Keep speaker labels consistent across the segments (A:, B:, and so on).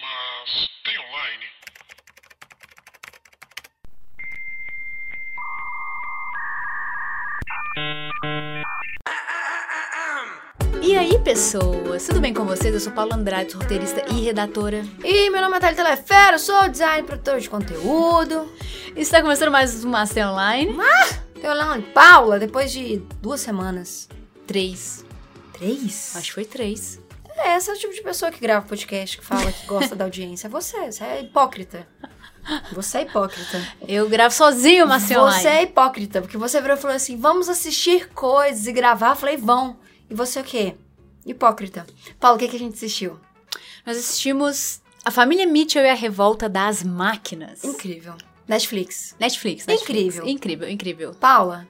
A: Mas tem online.
B: E aí, pessoas? Tudo bem com vocês? Eu sou Paula Andrade, sou roteirista e redatora.
C: E meu nome é Thalita Lefero, sou designer, produtor de conteúdo.
B: Está começando mais um Master Online.
C: Tenho lá em Paula, depois de duas semanas.
B: Três.
C: Três?
B: Acho que foi três.
C: É, esse é o tipo de pessoa que grava podcast, que fala que gosta da audiência. É você, você é hipócrita. Você é hipócrita.
B: Eu gravo sozinho o Master
C: você
B: Online.
C: é hipócrita, porque você virou e falou assim: vamos assistir coisas e gravar. Eu Falei, vão. E você o quê? Hipócrita. Paulo, o que, que a gente assistiu?
B: Nós assistimos A Família Mitchell e a Revolta das Máquinas.
C: Incrível. Netflix.
B: Netflix, Netflix.
C: Incrível.
B: Incrível, incrível.
C: Paula,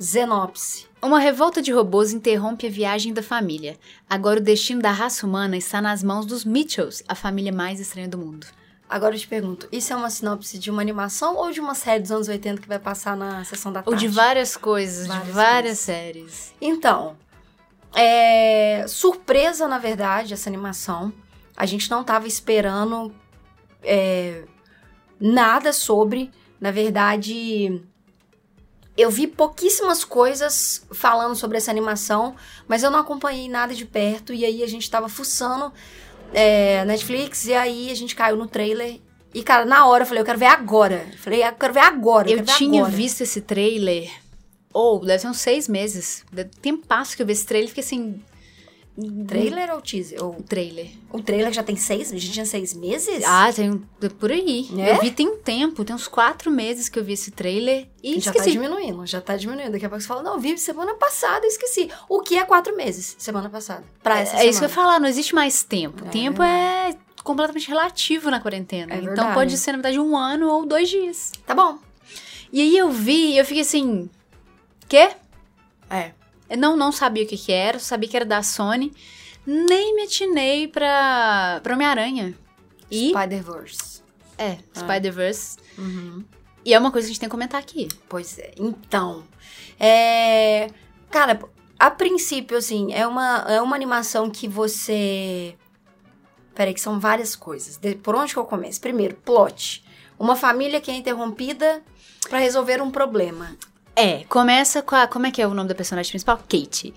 C: Zenopse.
B: Uma revolta de robôs interrompe a viagem da família. Agora o destino da raça humana está nas mãos dos Mitchells, a família mais estranha do mundo.
C: Agora eu te pergunto, isso é uma sinopse de uma animação ou de uma série dos anos 80 que vai passar na sessão da tarde?
B: Ou de várias coisas, de
C: Várias
B: várias
C: coisas.
B: séries.
C: Então, é... surpresa, na verdade, essa animação. A gente não tava esperando é, nada sobre. Na verdade, eu vi pouquíssimas coisas falando sobre essa animação, mas eu não acompanhei nada de perto. E aí a gente tava fuçando é, Netflix e aí a gente caiu no trailer. E, cara, na hora eu falei, eu quero ver agora. Eu falei, eu quero ver agora.
B: Eu
C: quero ver
B: tinha
C: é agora.
B: visto esse trailer, ou deve ser uns seis meses. Tem um passo que eu vi esse trailer e fiquei assim.
C: Trailer ou teaser? Ou...
B: O trailer.
C: O trailer já tem seis? Já tinha seis meses?
B: Ah, tem um- é por aí.
C: É?
B: Eu vi tem um tempo, tem uns quatro meses que eu vi esse trailer e
C: já tá
B: esqueci.
C: diminuindo, já tá diminuindo. Daqui a pouco você fala, não, vi semana passada e esqueci. O que é quatro meses? Semana passada. Pra essa
B: é isso que eu ia
C: semana.
B: falar, não existe mais tempo.
C: É
B: tempo é completamente relativo na quarentena.
C: É
B: então
C: verdade.
B: pode ser, na verdade, um ano ou dois dias.
C: Tá bom.
B: E aí eu vi e eu fiquei assim. Quê?
C: É.
B: Eu não, não sabia o que, que era, só sabia que era da Sony. Nem me atinei pra, pra Homem-Aranha. E.
C: Spider-Verse.
B: é,
C: Ah.
B: Spider-Verse.
C: Uhum.
B: E é uma coisa que a gente tem que comentar aqui.
C: Pois é. Então, é... Cara, a princípio, assim, é uma, é uma animação que você... Peraí, que são várias coisas. De- por onde que eu começo? Primeiro, plot. Uma família que é interrompida pra resolver um problema.
B: É, começa com a. Como é que é o nome da personagem principal? Kate.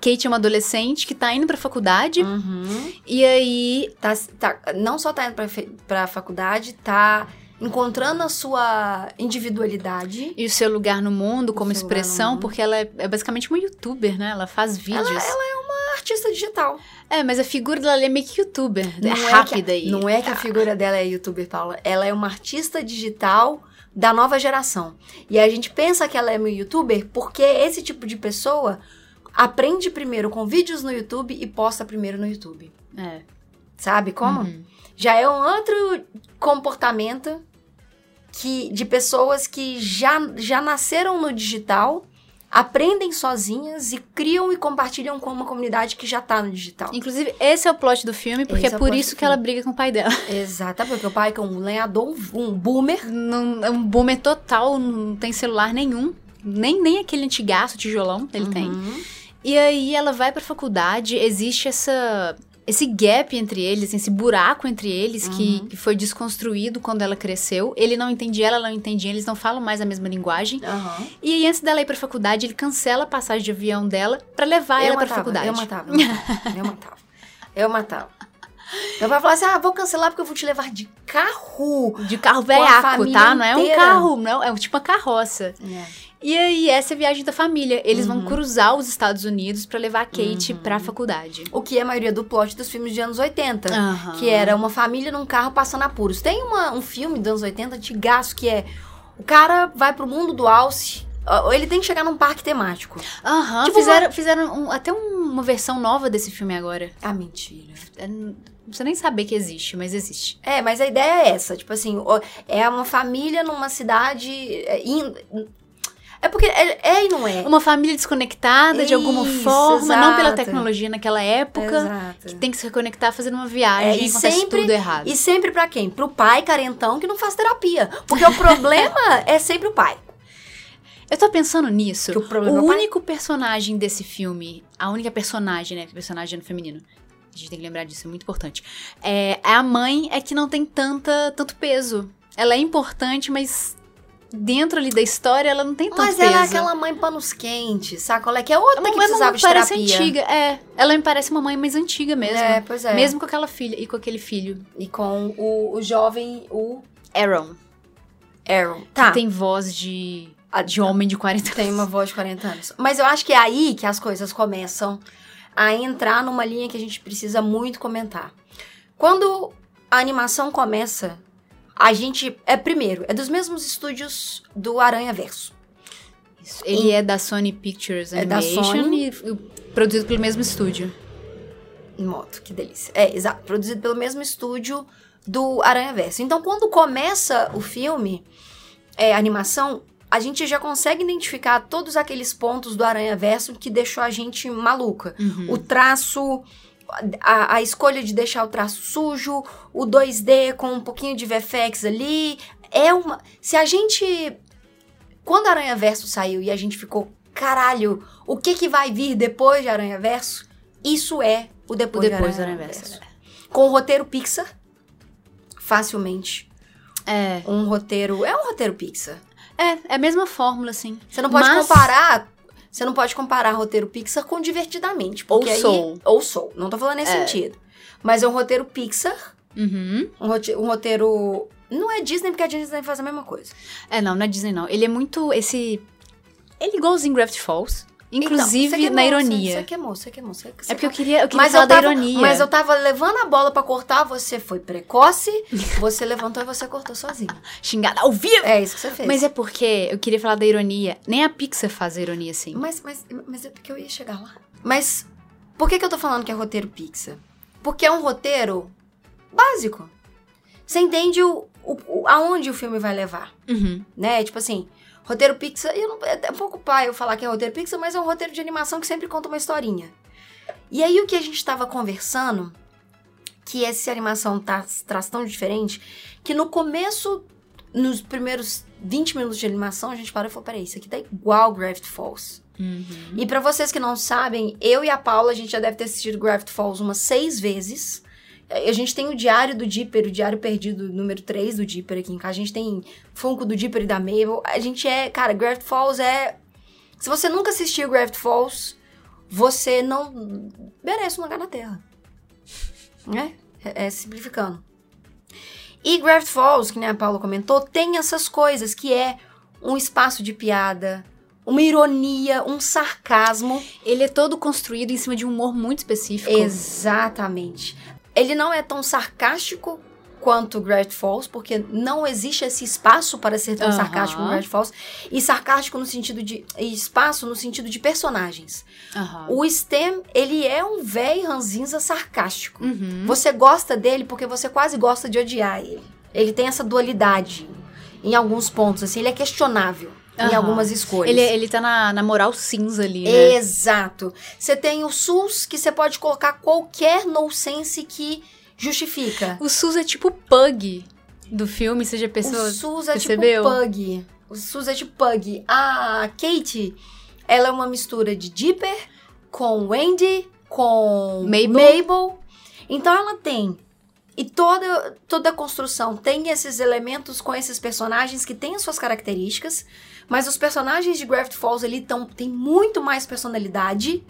B: Kate é uma adolescente que tá indo pra faculdade.
C: Uhum.
B: E aí.
C: tá, tá- não só tá indo pra, fe- pra faculdade, tá encontrando a sua individualidade.
B: E o seu lugar no mundo, como
C: seu lugar no
B: expressão,
C: mundo.
B: porque ela é, é basicamente uma youtuber, né? Ela faz vídeos.
C: A é artista digital.
B: É, mas a figura dela é meio que youtuber.
C: Não
B: é
C: é que-
B: rápida tá. aí.
C: Não é que a figura dela é youtuber, Paula. Ela é uma artista digital da nova geração. E a gente pensa que ela é meio youtuber porque esse tipo de pessoa aprende primeiro com vídeos no YouTube e posta primeiro no YouTube.
B: É.
C: Sabe como?
B: Uhum.
C: já é um outro comportamento que de pessoas que já, já nasceram no digital, aprendem sozinhas e criam e compartilham com uma comunidade que já tá no digital.
B: Inclusive, esse é o plot do filme, porque
C: Esse
B: é
C: é o
B: por
C: plot
B: isso
C: do
B: que ela briga com o pai dela.
C: Exato, porque o pai que é um lenhador, um boomer.
B: Não, é um boomer total, não tem celular nenhum. Nem, nem aquele antigaço, tijolão, ele tem.
C: Uhum.
B: E aí ela vai pra faculdade, existe essa esse gap entre eles, esse buraco entre eles que,
C: Uhum.
B: que foi desconstruído quando ela cresceu. Ele não entende ela, ela não entende ele, eles não falam mais a mesma linguagem.
C: Aham.
B: E aí antes dela ir pra faculdade, ele cancela a passagem de avião dela pra levar
C: Ah, eu,
B: ela pra
C: matava,
B: é faculdade.
C: eu matava, eu matava, eu matava. Eu matava. Meu pai falava assim: ah, vou cancelar porque eu vou te levar de carro.
B: De carro
C: a
B: velhaco,
C: família
B: tá? Não é um
C: inteira.
B: carro, não, é tipo uma carroça. E aí, essa é a viagem da família. Eles
C: Uhum.
B: vão cruzar os Estados Unidos pra levar a Kate pra faculdade.
C: O Uhum. que é a maioria do plot dos filmes de anos 80. Que era uma família num carro passando apuros. Tem uma- um filme dos anos 80 de gasto que é. O cara vai pro mundo do Alce. ó, Ele tem que chegar num parque temático.
B: Aham,
C: Tipo
B: fizeram, fizeram um- até um- uma versão nova desse filme agora.
C: Ah, mentira.
B: É, Não precisa nem saber que existe, mas existe.
C: É, mas a ideia é essa. Tipo assim, ó, é uma família numa cidade. É, in- é porque é, é e não é.
B: Uma família desconectada de alguma
C: Isso,
B: forma, não pela
C: exato.
B: tecnologia naquela época, que
C: Exato.
B: tem que se reconectar fazendo uma viagem
C: É, e
B: acontece
C: sempre-
B: tudo errado.
C: E sempre pra quem? Pro pai carentão que não faz terapia. Porque o problema é sempre o pai.
B: Eu tô pensando nisso.
C: Que o
B: O
C: problema é o pai.
B: único personagem desse filme, a única personagem, né? Personagem no feminino, A gente tem que lembrar disso, é muito importante. É, a mãe é que não tem tanta, tanto peso. Ela é importante, mas dentro ali da história ela não tem tanto
C: Mas
B: peso.
C: ela é aquela mãe panos quentes, sabe? Qual é que é outra que
B: Mas
C: precisava de
B: parece
C: terapia.
B: antiga. É, ela me parece uma mãe mais antiga mesmo.
C: É, pois é.
B: Mesmo com aquela filha e com aquele filho.
C: E com o, o jovem, o
B: Aaron.
C: Aaron. Tá.
B: Que tem voz de,
C: A-
B: de homem de 40
C: Tem uma voz de 40 anos. Mas eu acho que é aí que as coisas começam a entrar numa linha que a gente precisa muito comentar. Quando a animação começa, a gente. É primeiro, é dos mesmos estúdios do Aranha Verso.
B: Isso. Ele é da Sony Pictures
C: Um É da
B: Animation
C: Sony.
B: e e produzido pelo mesmo estúdio.
C: Moto, que delícia. É, exato. Produzido pelo mesmo estúdio do Aranha Verso. Então, quando começa o filme, é, a animação, a gente já consegue identificar todos aqueles pontos do Aranha Verso que deixou a gente maluca.
B: Uhum.
C: O traço, a, a escolha de deixar o traço sujo, o 2D com um pouquinho de VFX ali. É uma. Se a gente. Quando Aranha Verso saiu e a gente ficou, caralho, o que, que vai vir depois de Aranha Verso? Isso é o
B: O
C: depois,
B: depois do
C: de
B: né?
C: Aranha
B: Universo.
C: Verso. Com o roteiro Pixar, facilmente.
B: É.
C: Um roteiro. É um roteiro Pixar.
B: É, é a mesma fórmula, assim.
C: Você não pode
B: Mas-
C: comparar. Você não pode comparar roteiro Pixar com Divertidamente.
B: Ou
C: Porque aí-
B: Soul.
C: Ou Soul. Não tô falando nesse sentido. Mas é um roteiro Pixar.
B: Uhum.
C: Um, rote- um roteiro. Não é Disney, porque a Disney faz a mesma coisa.
B: É, não, não é Disney, não. Ele é muito. Esse. Ele é igualzinho Graft Falls. Inclusive
C: Então, você
B: na
C: queimou,
B: ironia.
C: Você queimou, você queimou. Você, você
B: É porque eu queria, eu queria
C: mas
B: falar
C: eu tava,
B: da ironia.
C: Mas eu tava levando a bola pra cortar, você foi precoce, você levantou e você cortou sozinha.
B: Xingada ao vivo!
C: É isso que você fez.
B: Mas é porque eu queria falar da ironia. Nem a Pixar faz a ironia assim.
C: Mas, mas, mas é porque eu ia chegar lá. Mas por que, que eu tô falando que é roteiro Pixar? Porque é um roteiro básico. Você entende o, o- o- aonde o filme vai levar,
B: Uhum.
C: né? Tipo assim, roteiro Pixar... Eu não, é um pouco pai eu falar que é roteiro Pixar, mas é um roteiro de animação que sempre conta uma historinha. E aí o que a gente tava conversando, que essa animação tá, traz tão diferente, que no começo, nos primeiros 20 minutos de animação, a gente parou e falou, peraí, isso aqui tá igual Gravity Falls.
B: Uhum.
C: E pra vocês que não sabem, eu e a Paula, a gente já deve ter assistido Gravity Falls umas seis vezes. Eh, A gente tem o Diário do Dipper, o Diário Perdido número 3 do Dipper aqui em casa. A gente tem Funko do Dipper e da Mabel. A gente é... Cara, Gravity Falls é... Se você nunca assistiu Gravity Falls, você não merece um lugar na Terra. Né? É, é simplificando. E Gravity Falls, que nem a Paula comentou, tem essas coisas que é um espaço de piada, uma ironia, um sarcasmo.
B: Ele é todo construído em cima de um humor muito específico.
C: Exatamente. Ele não é tão sarcástico quanto Gravity Falls, porque não existe esse espaço para ser tão
B: Aham.
C: sarcástico no Gravity Falls. E sarcástico no sentido de. E espaço no sentido de personagens.
B: Aham.
C: O Stem, ele é um véi ranzinza sarcástico.
B: Uhum.
C: Você gosta dele porque você quase gosta de odiar ele. Ele tem essa dualidade em alguns pontos, assim, ele é questionável em
B: Aham.
C: algumas escolhas.
B: Ele, ele tá na, na moral cinza ali, né?
C: Exato. Você tem o SUS que você pode colocar qualquer nonsense que justifica.
B: O SUS é tipo o Pug do filme, você já pensou?
C: o SUS é
B: percebeu?
C: tipo pug. O SUS é tipo pug. A Kate, ela é uma mistura de Dipper com Wendy, com
B: Mabel.
C: Então ela tem. E toda, toda a construção tem esses elementos com esses personagens que têm as suas características, mas os personagens de Gravity Falls ali tão, têm muito mais personalidade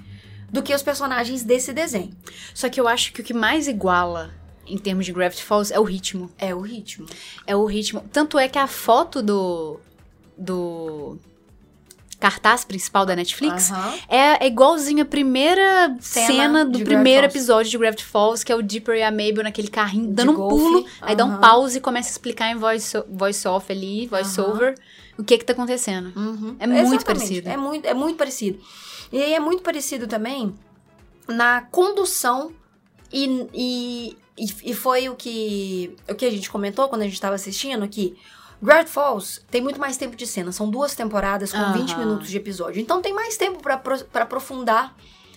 C: do que os personagens desse desenho.
B: Só que eu acho que o que mais iguala em termos de Gravity Falls é o ritmo.
C: É o ritmo.
B: É o ritmo. Tanto é que a foto do. do. cartaz principal da Netflix.
C: Aham.
B: É, é igualzinho a primeira
C: Cena
B: cena,
C: de
B: do
C: Gravity
B: primeiro
C: Falls.
B: episódio de Gravity Falls, que é o Dipper e a Mabel naquele carrinho,
C: De
B: dando um
C: golfe.
B: pulo, aí dá um
C: Aham.
B: pause e começa a explicar em voice, voice off ali, voice
C: Aham.
B: over, o que que tá acontecendo.
C: Uhum.
B: É muito
C: Exatamente.
B: parecido.
C: É muito, é muito parecido. E aí é muito parecido também na condução e, e, e- e foi o que, o que a gente comentou quando a gente estava assistindo que Grand Falls tem muito mais tempo de cena. São duas temporadas com
B: Aham.
C: 20 minutos de episódio. Então tem mais tempo para aprofundar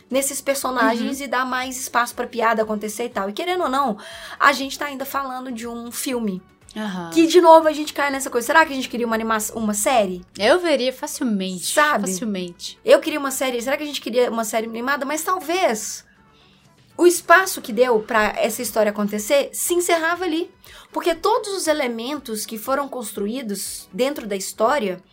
C: nesses personagens
B: Uhum.
C: e dar mais espaço para piada acontecer e tal. E querendo ou não, a gente tá ainda falando de um filme.
B: Aham.
C: Que de novo a gente cai nessa coisa. Será que a gente queria uma animação, uma série?
B: Eu veria facilmente.
C: Sabe?
B: Facilmente.
C: Eu queria uma série. Será que a gente queria uma série animada? Mas talvez o espaço que deu para essa história acontecer se encerrava ali. Porque todos os elementos que foram construídos dentro da história,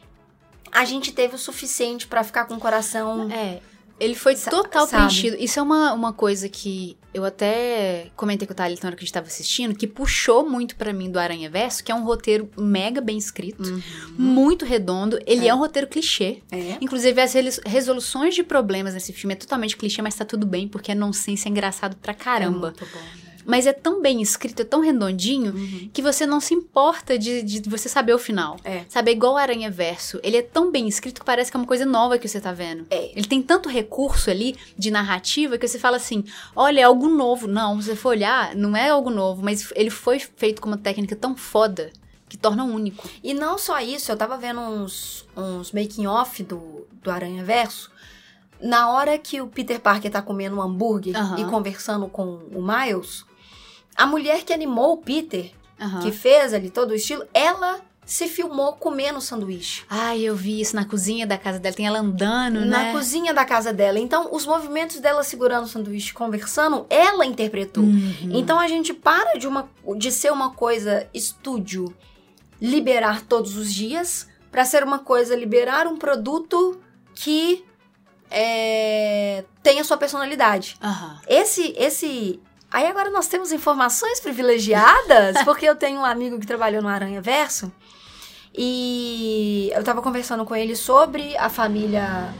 C: a gente teve o suficiente para ficar com o coração.
B: É. Ele foi
C: Hum. Sa-
B: total
C: sabe?
B: preenchido. Isso é uma, uma coisa que eu até comentei com o Thalita na hora que a gente tava assistindo, que puxou muito pra mim do Aranha Verso, que é um roteiro mega bem escrito,
C: Uhum.
B: muito redondo. Ele é, um roteiro clichê.
C: É.
B: Inclusive, as reli- resoluções de problemas nesse filme é totalmente clichê, mas tá tudo bem, porque é nonsense, é engraçado pra caramba.
C: É muito bom, Uhum. né?
B: Mas é tão bem escrito, é tão redondinho, que você não se importa de, de você saber o final.
C: É.
B: Sabe, é igual o Aranha Verso. Ele é tão bem escrito que parece que é uma coisa nova que você tá vendo.
C: É.
B: Ele tem tanto recurso ali de narrativa que você fala assim: olha, é algo novo. Não, se você for olhar, não é algo novo, mas ele foi feito com uma técnica tão foda que torna único.
C: E não só isso, eu tava vendo uns, uns making-off do, do Aranha Verso. Na hora que o Peter Parker tá comendo um hambúrguer
B: Aham.
C: e conversando com o Miles, a mulher que animou o Peter,
B: Aham.
C: que fez ali todo o estilo, ela se filmou comendo o sanduíche.
B: Ai, eu vi isso na cozinha da casa dela. Tem ela andando,
C: Na
B: né?
C: cozinha da casa dela. Então, os movimentos dela segurando o sanduíche, conversando, ela interpretou.
B: Uhum.
C: Então a gente para de, uma, de ser uma coisa estúdio liberar todos os dias para ser uma coisa liberar um produto que é, tem a sua personalidade.
B: Aham.
C: Esse, esse. Aí agora nós temos informações privilegiadas, porque eu tenho um amigo que trabalhou no Aranha Verso e eu tava conversando com ele sobre a família.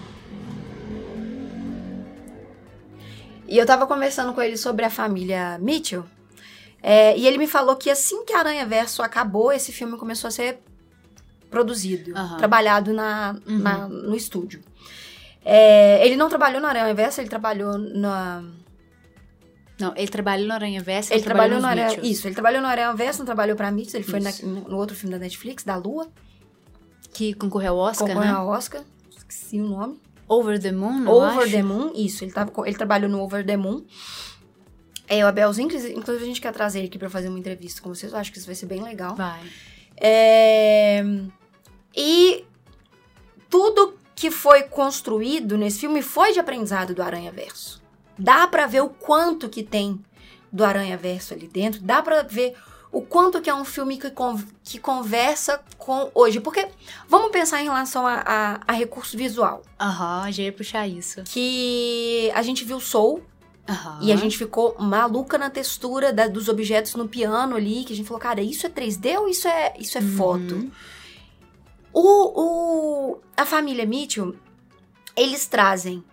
C: E eu tava conversando com ele sobre a família Mitchell. é, e ele me falou que assim que Aranha Verso acabou, esse filme começou a ser produzido,
B: Aham.
C: trabalhado na,
B: Uhum.
C: na- no estúdio. É, ele não trabalhou no Aranha Verso, ele trabalhou na,
B: Não, ele trabalhou no Aranha Verso.
C: ele trabalhou no
B: nos
C: Aranha,
B: Mitchells,
C: isso, ele trabalhou no Aranha Verso, não trabalhou pra Mitchell, ele foi na-
B: Isso.
C: no outro filme da Netflix, da Lua,
B: Que concorreu ao Oscar,
C: concorreu
B: né?
C: ao Oscar, esqueci o nome.
B: Over the Moon, eu
C: Over
B: acho.
C: the Moon, isso, ele, tava, com- ele trabalhou no Over the Moon. É, o Abelzinho, inclusive inclusive a gente quer trazer ele aqui pra fazer uma entrevista com vocês, eu acho que isso vai ser bem legal.
B: Vai.
C: É, E tudo que foi construído nesse filme foi de aprendizado do Aranha Verso. Dá pra ver o quanto que tem do Aranha Verso ali dentro, dá pra ver o quanto que é um filme que, con- que conversa com hoje. Porque vamos pensar em relação a, a- a recurso visual.
B: Aham, já ia puxar isso.
C: Que a gente viu Soul
B: Aham.
C: e a gente ficou maluca na textura da- dos objetos no piano ali, que a gente falou, cara, isso é 3D ou isso é, isso é foto?
B: Uhum.
C: O, o- a família Mitchell, eles trazem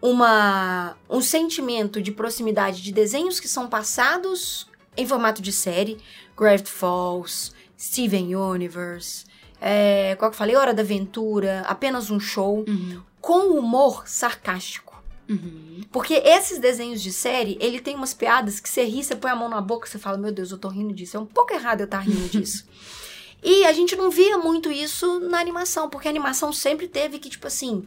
C: uma, um sentimento de proximidade de desenhos que são passados em formato de série. Gravity Falls, Steven Universe, é, qual que eu falei? Hora da Aventura, apenas um show,
B: Uhum.
C: com humor sarcástico.
B: Uhum.
C: Porque esses desenhos de série, ele tem umas piadas que você ri, você põe a mão na boca, você fala, meu Deus, eu tô rindo disso. É um pouco errado eu estar rindo disso. E a gente não via muito isso na animação, porque a animação sempre teve que, tipo assim,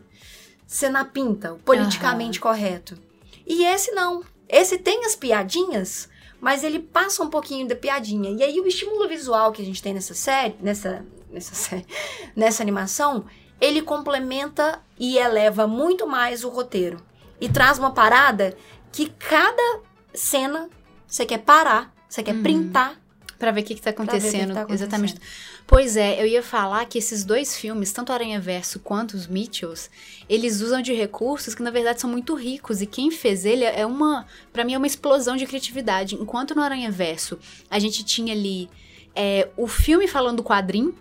C: ser na pinta, o politicamente correto. E esse não. Esse tem as piadinhas, mas ele passa um pouquinho da piadinha. E aí o estímulo visual que a gente tem nessa série, nessa, nessa série, nessa animação, ele complementa e eleva muito mais o roteiro. E traz uma parada que cada cena você quer parar, você quer
B: Uhum.
C: printar.
B: Pra ver o que, que tá
C: pra ver o que que
B: acontecendo.
C: tá acontecendo.
B: Exatamente. Pois é, eu ia falar que esses dois filmes, tanto Aranha Verso quanto os Mitchells, eles usam de recursos que na verdade são muito ricos e quem fez ele é uma, Pra mim é uma explosão de criatividade. Enquanto no Aranha Verso a gente tinha ali é, o filme falando do quadrinho,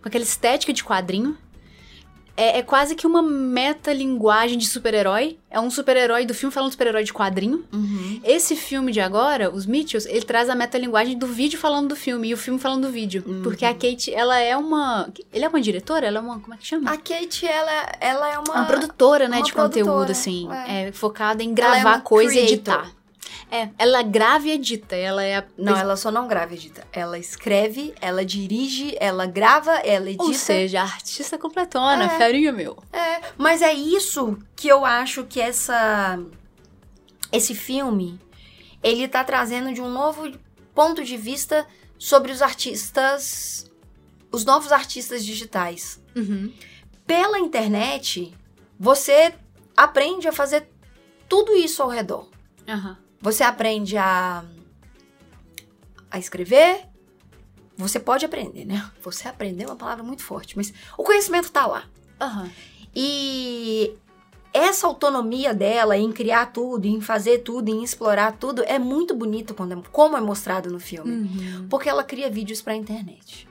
B: com aquela estética de quadrinho. É, é quase que uma metalinguagem de super-herói. É um super-herói do filme falando de super-herói de quadrinho. Esse filme de agora, Os Mitchells, ele traz a metalinguagem do vídeo falando do filme e o filme falando do vídeo.
C: Uhum.
B: Porque a Kate, ela é uma. Ele é uma diretora? Ela é uma. Como é que chama?
C: A Kate, ela, ela é uma.
B: uma produtora, né,
C: Ah, uma
B: de
C: produtora,
B: conteúdo, assim. É. focada em
C: Ela é
B: gravar
C: uma
B: coisa e
C: creator.
B: editar. É, ela grava e edita. Ela é a.
C: Não, ela só não grava, e edita. Ela escreve, ela dirige, ela grava, ela edita.
B: Ou seja, a é artista completona,
C: É.
B: farinha meu.
C: Mas é isso que eu acho que essa esse filme ele tá trazendo de um novo ponto de vista sobre os artistas, os novos artistas digitais.
B: Uhum.
C: Pela internet, você aprende a fazer tudo isso ao redor.
B: Aham.
C: Você aprende a, a escrever. Você pode aprender, né? Você aprender é uma palavra muito forte, mas o conhecimento tá lá.
B: Aham.
C: E essa autonomia dela em criar tudo, em fazer tudo, em explorar tudo, é muito bonito quando é- como é mostrado no filme.
B: Uhum.
C: Porque ela cria vídeos pra internet.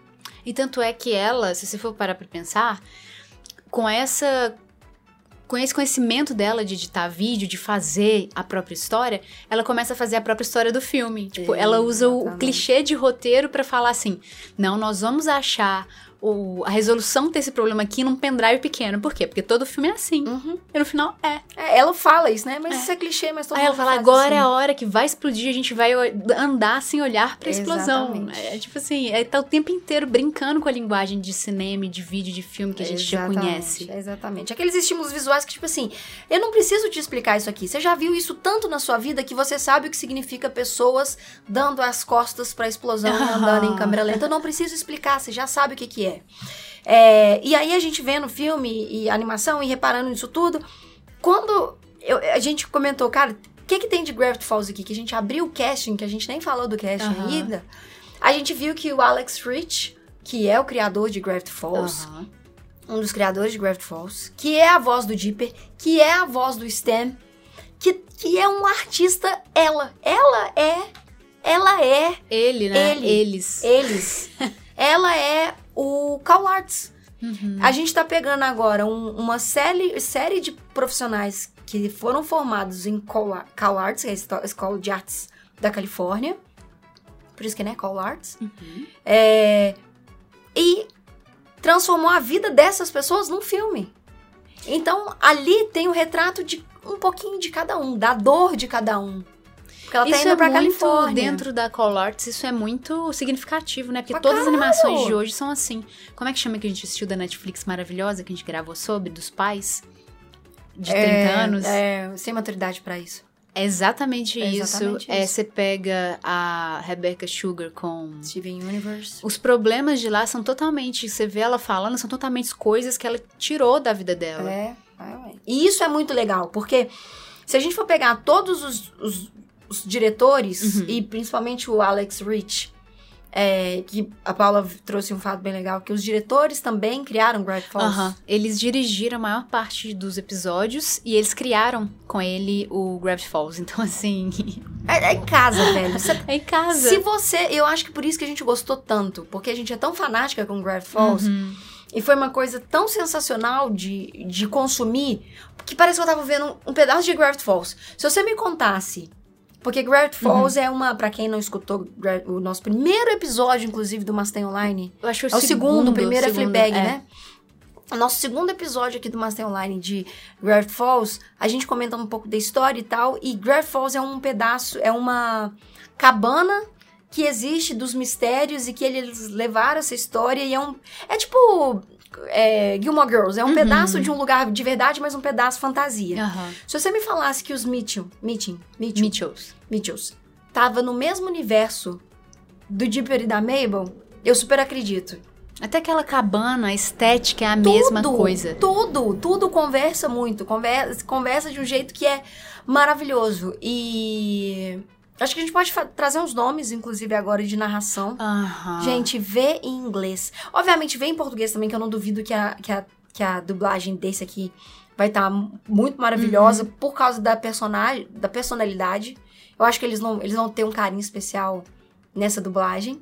B: E tanto é que ela, se você for parar pra pensar, com essa. Com esse conhecimento dela de editar vídeo, de fazer a própria história, ela começa a fazer a própria história do filme. Tipo, ela usa o- o
C: Exatamente.
B: clichê de roteiro pra falar assim: não, nós vamos achar o- a resolução desse problema aqui num pendrive pequeno. Por quê? Porque todo filme é assim. E no final é.
C: É, ela fala isso, né? Mas
B: É.
C: isso é clichê, mas todo
B: Aí ela
C: mundo
B: fala,
C: faz
B: agora é
C: assim.
B: a hora que vai explodir, a gente vai o- andar sem olhar pra explosão.
C: Exatamente.
B: É tipo assim, é, tá o tempo inteiro brincando com a linguagem de cinema, e de vídeo, de filme que a gente já conhece.
C: Exatamente. Aqueles estímulos visuais que, tipo assim, eu não preciso te explicar isso aqui. Você já viu isso tanto na sua vida que você sabe o que significa pessoas dando as costas pra explosão e andando em câmera lenta. Eu não preciso explicar, você já sabe o que que é. É, E aí a gente vendo filme e animação e reparando nisso tudo, quando eu- a gente comentou, cara, o que que tem de Gravity Falls aqui? Que a gente abriu o casting, que a gente nem falou do casting
B: Aham.
C: ainda. A gente viu que o Alex Rich, que é o criador de Gravity Falls,
B: Aham.
C: um dos criadores de Gravity Falls, que é a voz do Dipper, que é a voz do Stan, que, que é um artista, ela. Ela é. Ela é
B: Ele, né?
C: Ele.
B: Eles.
C: eles. ela é o Call Arts.
B: Uhum.
C: A gente tá pegando agora um- uma série, série de profissionais que foram formados em Call Ar- Call Arts, que é a esto- Escola de Artes da Califórnia. Por isso que né, Call Arts.
B: Uhum.
C: É, e transformou a vida dessas pessoas num filme. Então, ali tem o retrato de um pouquinho de cada um, da dor de cada um. Porque ela
B: Isso
C: tá indo
B: é
C: pra
B: muito,
C: Califórnia.
B: dentro da Call Arts, isso é muito significativo, né? Porque
C: Pra
B: todas as animações
C: caralho!
B: de hoje são assim. Como é que chama que a gente assistiu da Netflix maravilhosa, que a gente gravou sobre, dos pais? De 30 anos.
C: É, sem maturidade pra isso.
B: É exatamente,
C: É
B: isso.
C: exatamente
B: É,
C: isso.
B: você pega a Rebecca Sugar com.
C: Steven Universe.
B: Os problemas de lá são totalmente. Você vê ela falando, são totalmente coisas que ela tirou da vida dela.
C: É, vai, ué. E isso é muito legal, porque se a gente for pegar todos os, os- os diretores,
B: Uhum.
C: e principalmente o Alex Rich, é, que a Paula trouxe um fato bem legal, que os diretores também criaram Gravity Falls.
B: Aham. Eles dirigiram a maior parte dos episódios e eles criaram com ele o Gravity Falls. Então, assim,
C: É, é em casa, velho. Você-
B: é em casa.
C: se você... Eu acho que por isso que a gente gostou tanto, porque a gente é tão fanática com Gravity Falls,
B: Uhum.
C: e foi uma coisa tão sensacional de, de consumir que parece que eu tava vendo um, um pedaço de Gravity Falls. Se você me contasse. Porque
B: Uhum.
C: Gravity Falls é uma. Pra quem não escutou Gra- o nosso primeiro episódio, inclusive, do Mustang Online.
B: Eu acho
C: É o segundo, o primeiro é
B: segundo,
C: Fleabag, né? O nosso segundo episódio aqui do Master Online de Gravity Falls, a gente comenta um pouco da história e tal. E Gravity Falls é um pedaço, é uma cabana que existe dos mistérios e que eles levaram essa história e é um. É tipo. é, Gilmore Girls, é um
B: Uhum.
C: pedaço de um lugar de verdade, mas um pedaço fantasia.
B: Aham.
C: Se você me falasse que os Mitchell, Mitchell, Mitchell,
B: Mitchells.
C: Mitchells tava no mesmo universo do Dipper e da Mabel, eu super acredito.
B: Até aquela cabana, a estética é a mesma
C: Tudo,
B: coisa.
C: Tudo, tudo conversa muito. Conversa, conversa de um jeito que é maravilhoso. E acho que a gente pode fa- trazer uns nomes, inclusive, agora de narração.
B: Aham.
C: Gente, vê em inglês. Obviamente, vê em português também, que eu não duvido que a, que a, que a dublagem desse aqui vai estar muito maravilhosa
B: Uhum.
C: por causa da personagem, da personalidade. Eu acho que eles não, eles vão ter um carinho especial nessa dublagem.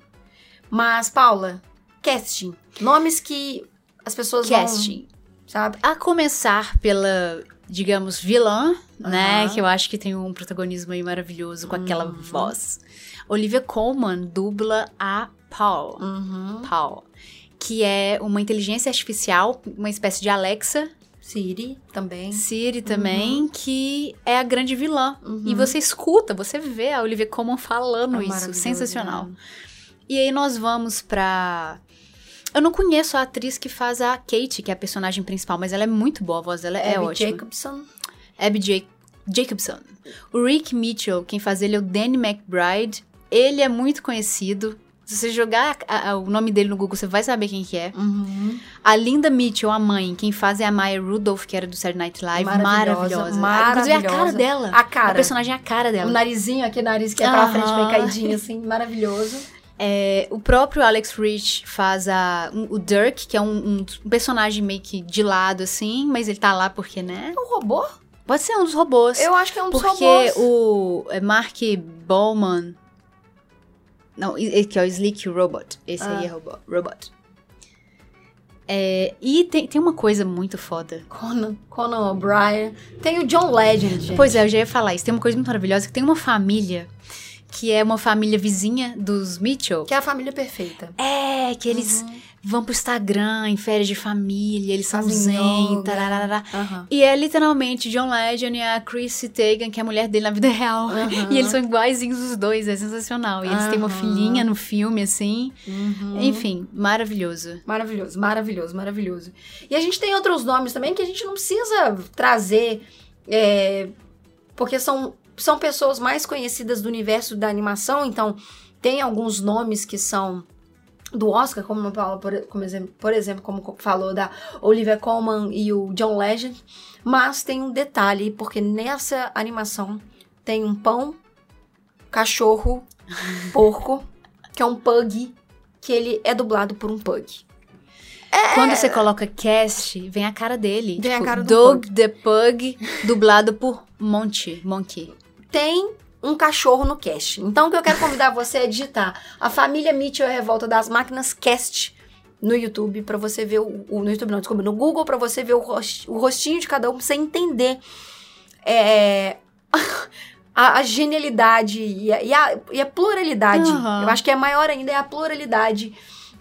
C: Mas, Paula, casting. Nomes que as pessoas vão...
B: casting.
C: Sabe?
B: A começar pela, digamos, vilã, né?
C: Aham.
B: Que eu acho que tem um protagonismo aí maravilhoso com aquela
C: Uhum.
B: voz. Olivia Colman dubla a Paul.
C: Uhum.
B: Paul. Que é uma inteligência artificial, uma espécie de Alexa,
C: Siri também.
B: Siri também, que é a grande vilã.
C: Uhum.
B: E você escuta, você vê a Olivia Colman falando
C: É
B: isso.
C: maravilhoso,
B: Sensacional.
C: né?
B: E aí nós vamos pra. Eu não conheço a atriz que faz a Kate, que é a personagem principal, mas ela é muito boa, a voz dela é
C: Abby
B: ótima.
C: Jacobson.
B: Abby Ja- Jacobson. O Rick Mitchell, quem faz ele é o Danny McBride. Ele é muito conhecido. Se você jogar a- a- o nome dele no Google, você vai saber quem que é.
C: Uhum.
B: A Linda Mitchell, a mãe, quem faz é a Maya Rudolph, que era do Saturday Night Live.
C: Maravilhosa,
B: Maravilhosa. Inclusive, é a cara
C: maravilhosa.
B: dela.
C: A cara.
B: A personagem é a cara
C: O
B: dela.
C: narizinho, aquele nariz que é pra
B: Aham.
C: frente, meio caidinho, assim, maravilhoso.
B: É, o próprio Alex Rich faz a, um- o Dirk, que é um, um personagem meio que de lado, assim, mas ele tá lá porque, né?
C: É um robô?
B: Pode ser um dos robôs.
C: Eu acho que é um dos
B: Porque
C: robôs.
B: o é, Mark Bowman. Não, e- e- que é o Sleek Robot. Esse
C: Ah.
B: aí é robô, robot. É, e tem, tem uma coisa muito foda.
C: Conan, Conan O'Brien. Tem o John Legend, gente.
B: Pois é, eu já ia falar isso. Tem uma coisa muito maravilhosa que tem uma família que é uma família vizinha dos Mitchell.
C: Que é a família perfeita.
B: É, que eles
C: Uhum.
B: vão pro Instagram em férias de família, eles são
C: Fazem
B: zen,
C: yoga.
B: tararara.
C: Aham.
B: E é literalmente John Legend e a Chrissy Teigen, que é a mulher dele na vida real.
C: Aham.
B: E eles são iguaizinhos os dois, é sensacional. E eles têm uma
C: Aham.
B: filhinha no filme, assim.
C: Uhum.
B: Enfim, maravilhoso.
C: Maravilhoso, maravilhoso, maravilhoso. E a gente tem outros nomes também que a gente não precisa trazer, é, porque são, são pessoas mais conhecidas do universo da animação, então tem alguns nomes que são do Oscar, como, Paula, por, como exemplo, por exemplo, como co- falou da Olivia Colman e o John Legend, mas tem um detalhe, porque nessa animação tem um pão, cachorro, porco, que é um pug, que ele é dublado por um pug.
B: Quando você coloca cast, vem a cara dele.
C: É. Vem a cara do
B: Dog the Pug, dublado por Monty. Monkey.
C: tem um cachorro no cast. Então, o que eu quero convidar você é digitar a família Mitchell e a Revolta das Máquinas Cast no YouTube pra você ver o, o- no YouTube não, desculpa, no Google pra você ver o, ros- o rostinho de cada um, pra você entender é, a, a genialidade e a, e a- e a pluralidade.
B: Aham.
C: Eu acho que é maior ainda é a pluralidade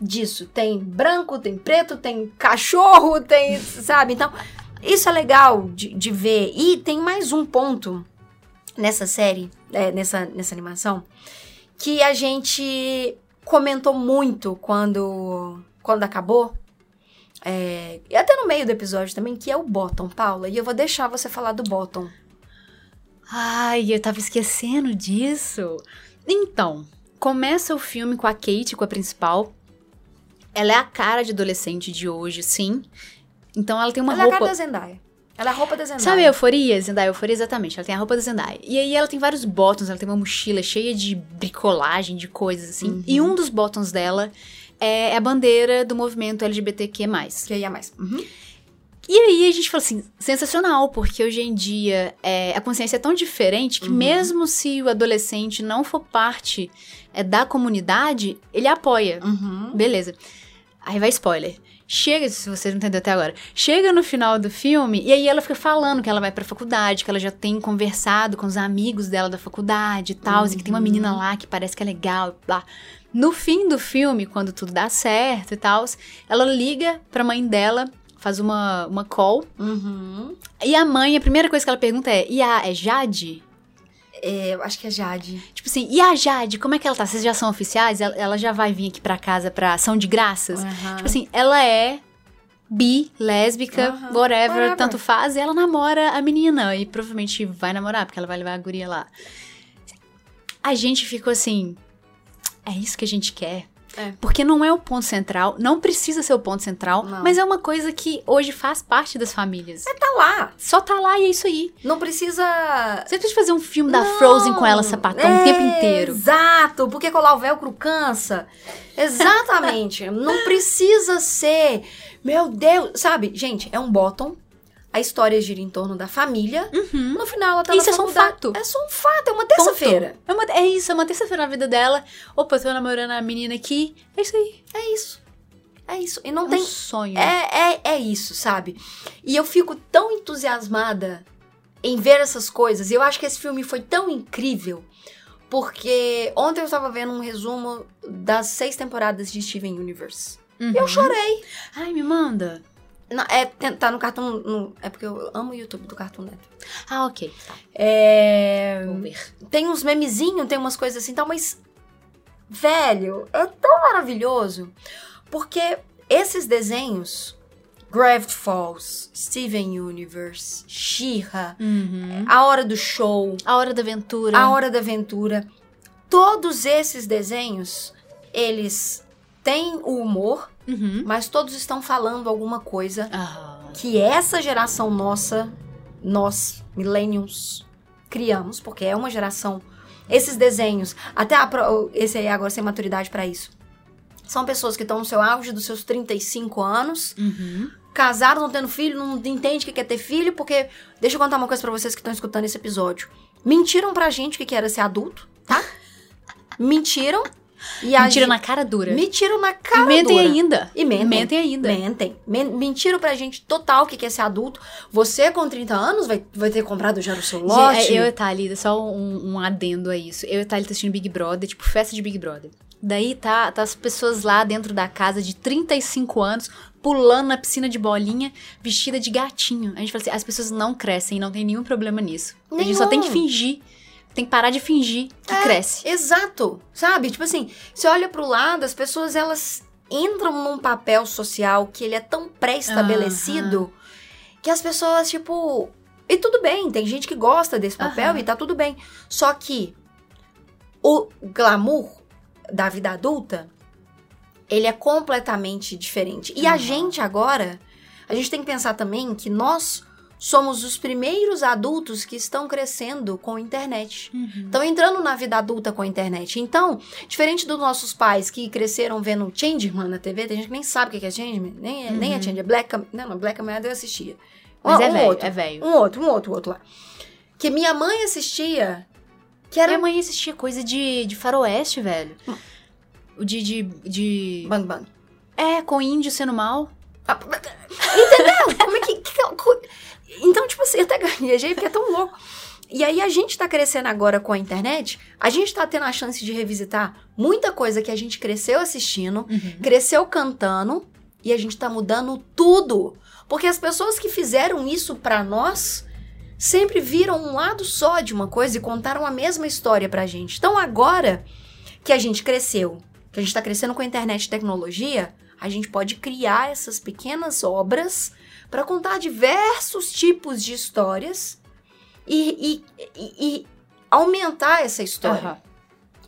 C: disso. Tem branco, tem preto, tem cachorro, tem, sabe? Então, isso é legal de, de ver. E tem mais um ponto nessa série, é, nessa, nessa animação, que a gente comentou muito quando, quando acabou. é, e até no meio do episódio também, que é o Bottom, Paula. E eu vou deixar você falar do Bottom.
B: Ai, eu tava esquecendo disso. Então, começa o filme com a Kate, com a principal. Ela é a cara de adolescente de hoje, sim. Então ela tem uma
C: Ela é a
B: roupa.
C: cara da Zendaya. Ela é a roupa da Zendaya.
B: Sabe a euforia? Zendaya, euforia, exatamente. Ela tem a roupa da Zendaya. E aí ela tem vários botões, ela tem uma mochila cheia de bricolagem, de coisas assim.
C: Uhum.
B: E um dos botões dela é a bandeira do movimento LGBTQ+.
C: Que aí é mais. Uhum.
B: E aí a gente falou assim, sensacional, porque hoje em dia é, a consciência é tão diferente que
C: Uhum.
B: mesmo se o adolescente não for parte é, da comunidade, ele apoia.
C: Uhum.
B: Beleza. Aí vai spoiler. Chega, se você não entendeu até agora. Chega no final do filme e aí ela fica falando que ela vai pra faculdade, que ela já tem conversado com os amigos dela da faculdade e tal, e que tem uma
C: Uhum.
B: menina lá que parece que é legal, blá. No fim do filme, quando tudo dá certo e tal, ela liga pra mãe dela, faz uma, uma call.
C: Uhum.
B: E a mãe, a primeira coisa que ela pergunta é: E a é Jade?
C: É, eu acho que é Jade.
B: Tipo assim, e a Jade, como é que ela tá? Vocês já são oficiais? Ela, ela já vai vir aqui pra casa pra ação de graças?
C: Uhum.
B: Tipo assim, ela é bi, lésbica,
C: Aham.
B: whatever,
C: Whatever.
B: tanto faz, e ela namora a menina. E provavelmente vai namorar, porque ela vai levar a guria lá. A gente ficou assim. É isso que a gente quer.
C: É.
B: Porque não é o ponto central, não precisa ser o ponto central,
C: Não.
B: mas é uma coisa que hoje faz parte das famílias. É
C: tá lá.
B: Só tá lá e é isso aí.
C: Não precisa.
B: Você precisa fazer um filme da Frozen com ela sapatão o
C: É,
B: um tempo inteiro.
C: Exato, porque colar o velcro cansa. Exatamente. não precisa ser. Meu Deus, sabe? Gente, é um bottom. A história gira em torno da família.
B: Uhum.
C: No final ela tá
B: Isso
C: na
B: é só um
C: faculdade.
B: fato.
C: É só um fato, é uma terça-feira.
B: É, uma- é isso, é uma terça-feira na vida dela. Opa, eu tô namorando a menina aqui. É isso aí.
C: É isso. É isso. E
B: É
C: não
B: um
C: tem
B: sonho.
C: É, é, é isso, sabe? E eu fico tão entusiasmada em ver essas coisas. E eu acho que esse filme foi tão incrível. Porque ontem eu estava vendo um resumo das seis temporadas de Steven Universe.
B: Uhum.
C: Eu chorei.
B: Ai, me manda.
C: Não, é, tem- tá no cartão. é porque eu amo o YouTube do Cartoon Network.
B: Ah, ok.
C: É,
B: Vou ver.
C: tem uns memezinhos, tem umas coisas assim, tal, mas. Velho, é tão maravilhoso. Porque esses desenhos, Gravity Falls, Steven Universe, She-Ra, A Hora do Show,
B: A Hora da Aventura.
C: A Hora da Aventura, todos esses desenhos, eles têm o humor,
B: Uhum.
C: mas todos estão falando alguma coisa
B: Ah,
C: que essa geração nossa, nós, millennials, criamos, porque é uma geração. Esses desenhos, até a, pro- esse aí agora sem maturidade pra isso. São pessoas que estão no seu auge dos seus 35 anos,
B: uhum.
C: casaram, não tendo filho, não entende o que quer ter filho, porque. Deixa eu contar uma coisa pra vocês que estão escutando esse episódio. Mentiram pra gente o que que era ser adulto, tá? Mentiram. E a
B: Mentira
C: gen-
B: na cara dura.
C: Mentiram na cara
B: mentem
C: dura.
B: ainda.
C: E mentem.
B: Mentem ainda.
C: Mentem. Men- Mentiram pra gente total o que que é ser adulto. Você, com 30 anos, vai, vai ter comprado já o seu lote.
B: Gente, é, Eu e a Thalita, só um, um adendo a isso. Eu e a Thalita assistindo Big Brother, tipo, festa de Big Brother. Daí tá, tá as pessoas lá dentro da casa de 35 anos, pulando na piscina de bolinha, vestida de gatinho. A gente fala assim, as pessoas não crescem, não tem nenhum problema nisso. A gente só
C: Nenhum. É.
B: tem que fingir, tem que parar de fingir que cresce.
C: Exato, sabe? Tipo assim, você olha pro lado, as pessoas elas entram num papel social que ele é tão pré-estabelecido que as pessoas, tipo. E tudo bem, tem gente que gosta desse papel
B: Aham.
C: e tá tudo bem. Só que o glamour da vida adulta, ele é completamente diferente. E a
B: Aham.
C: gente agora, a gente tem que pensar também que nós somos os primeiros adultos que estão crescendo com internet.
B: Uhum.
C: Estão entrando na vida adulta com a internet. Então, diferente dos nossos pais que cresceram vendo Changeman na TV, tem gente que nem sabe o que que é Changeman, nem é, nem é
B: Uhum.
C: Changeman, é Black Cam- Não, não, Black Mirror eu assistia.
B: Mas
C: um,
B: é
C: um
B: velho,
C: outro,
B: é velho.
C: um outro, um outro, um outro lá. Que minha mãe assistia, que
B: Minha
C: era um
B: mãe assistia coisa de, de faroeste, velho.
C: Hum.
B: O de, de, de...
C: Bang Bang.
B: É, com índio sendo mal.
C: Ah, mas- Entendeu? Como é que... que- co- Então, tipo assim, eu até gaguejei porque é tão louco. E aí a gente tá crescendo agora com a internet, a gente tá tendo a chance de revisitar muita coisa que a gente cresceu assistindo, cresceu cantando e a gente tá mudando tudo. Porque as pessoas que fizeram isso pra nós sempre viram um lado só de uma coisa e contaram a mesma história pra gente. Então agora que a gente cresceu, que a gente tá crescendo com a internet e tecnologia, a gente pode criar essas pequenas obras pra contar diversos tipos de histórias e, e- e- e aumentar essa história
B: Aham.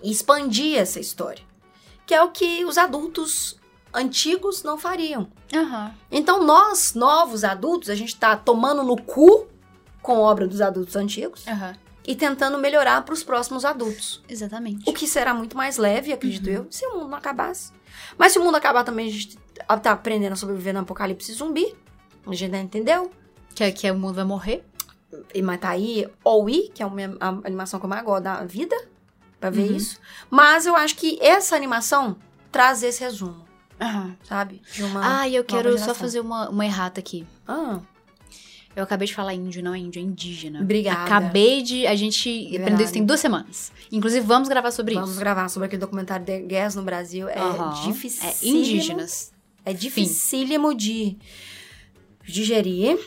C: e expandir essa história, que é o que os adultos antigos não fariam.
B: Aham.
C: Então nós, novos adultos, a gente tá tomando no cu com obra dos adultos antigos
B: Aham.
C: e tentando melhorar para os próximos adultos.
B: Exatamente.
C: O que será muito mais leve, acredito eu, se o mundo não acabasse. Mas se o mundo acabar também, a gente tá aprendendo a sobreviver no apocalipse zumbi. A gente ainda entendeu.
B: Que, é- que é o mundo vai morrer.
C: E mas tá aí Owi, que é uma a animação que eu mais gosto da vida, pra ver
B: Uhum.
C: isso. Mas eu acho que essa animação traz esse resumo,
B: Aham.
C: sabe? De uma.
B: Ah, e eu
C: nova
B: quero só
C: geração.
B: fazer uma, uma errata aqui.
C: Ah,
B: Eu acabei de falar índio, não é índio, é indígena.
C: obrigada.
B: Acabei de. A gente aprendeu isso tem
C: Verdade.
B: duas semanas. Inclusive, vamos gravar sobre
C: Vamos
B: isso.
C: gravar sobre aquele documentário de guerras no Brasil. É
B: Aham.
C: difícil.
B: É indígenas.
C: É dificílimo de digerir.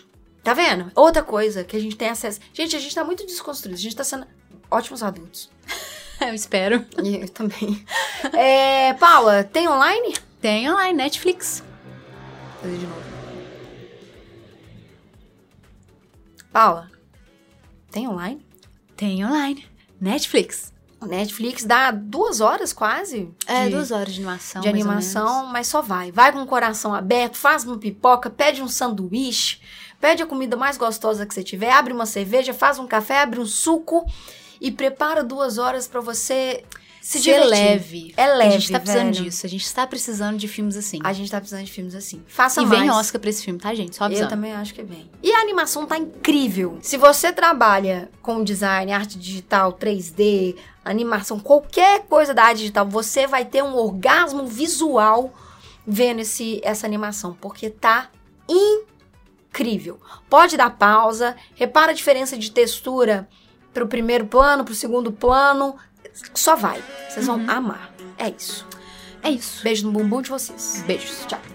C: Tá vendo? Outra coisa que a gente tem acesso. Gente, a gente tá muito desconstruído. A gente tá sendo ótimos adultos.
B: eu espero.
C: E eu também. É, Paula, tem online?
B: Tem online, Netflix.
C: fazer de novo. Paula, tem online?
B: Tem online. Netflix.
C: O Netflix dá duas horas quase
B: É,
C: de,
B: duas horas de animação.
C: de
B: mais ou menos.
C: animação, mas só vai. Vai com o coração aberto, faz uma pipoca, pede um sanduíche, pede a comida mais gostosa que você tiver, abre uma cerveja, faz um café, abre um suco e prepara duas horas pra você se
B: Ser
C: divertir.
B: leve.
C: É
B: A
C: leve,
B: gente tá precisando
C: velho.
B: disso. A gente tá precisando de filmes assim.
C: A gente tá precisando de filmes assim. Faça
B: e
C: mais.
B: vem Oscar pra esse filme, tá, gente? Só
C: Eu
B: avisando.
C: também acho que vem. E a animação tá incrível. Se você trabalha com design, arte digital, 3D, animação, qualquer coisa da arte digital, você vai ter um orgasmo visual vendo esse, essa animação, porque tá incrível. Pode dar pausa, repara a diferença de textura pro primeiro plano, pro segundo plano, só vai. Vocês vão
B: Uhum.
C: amar. É isso.
B: É isso.
C: Beijo no bumbum de vocês.
B: Beijos.
C: Tchau.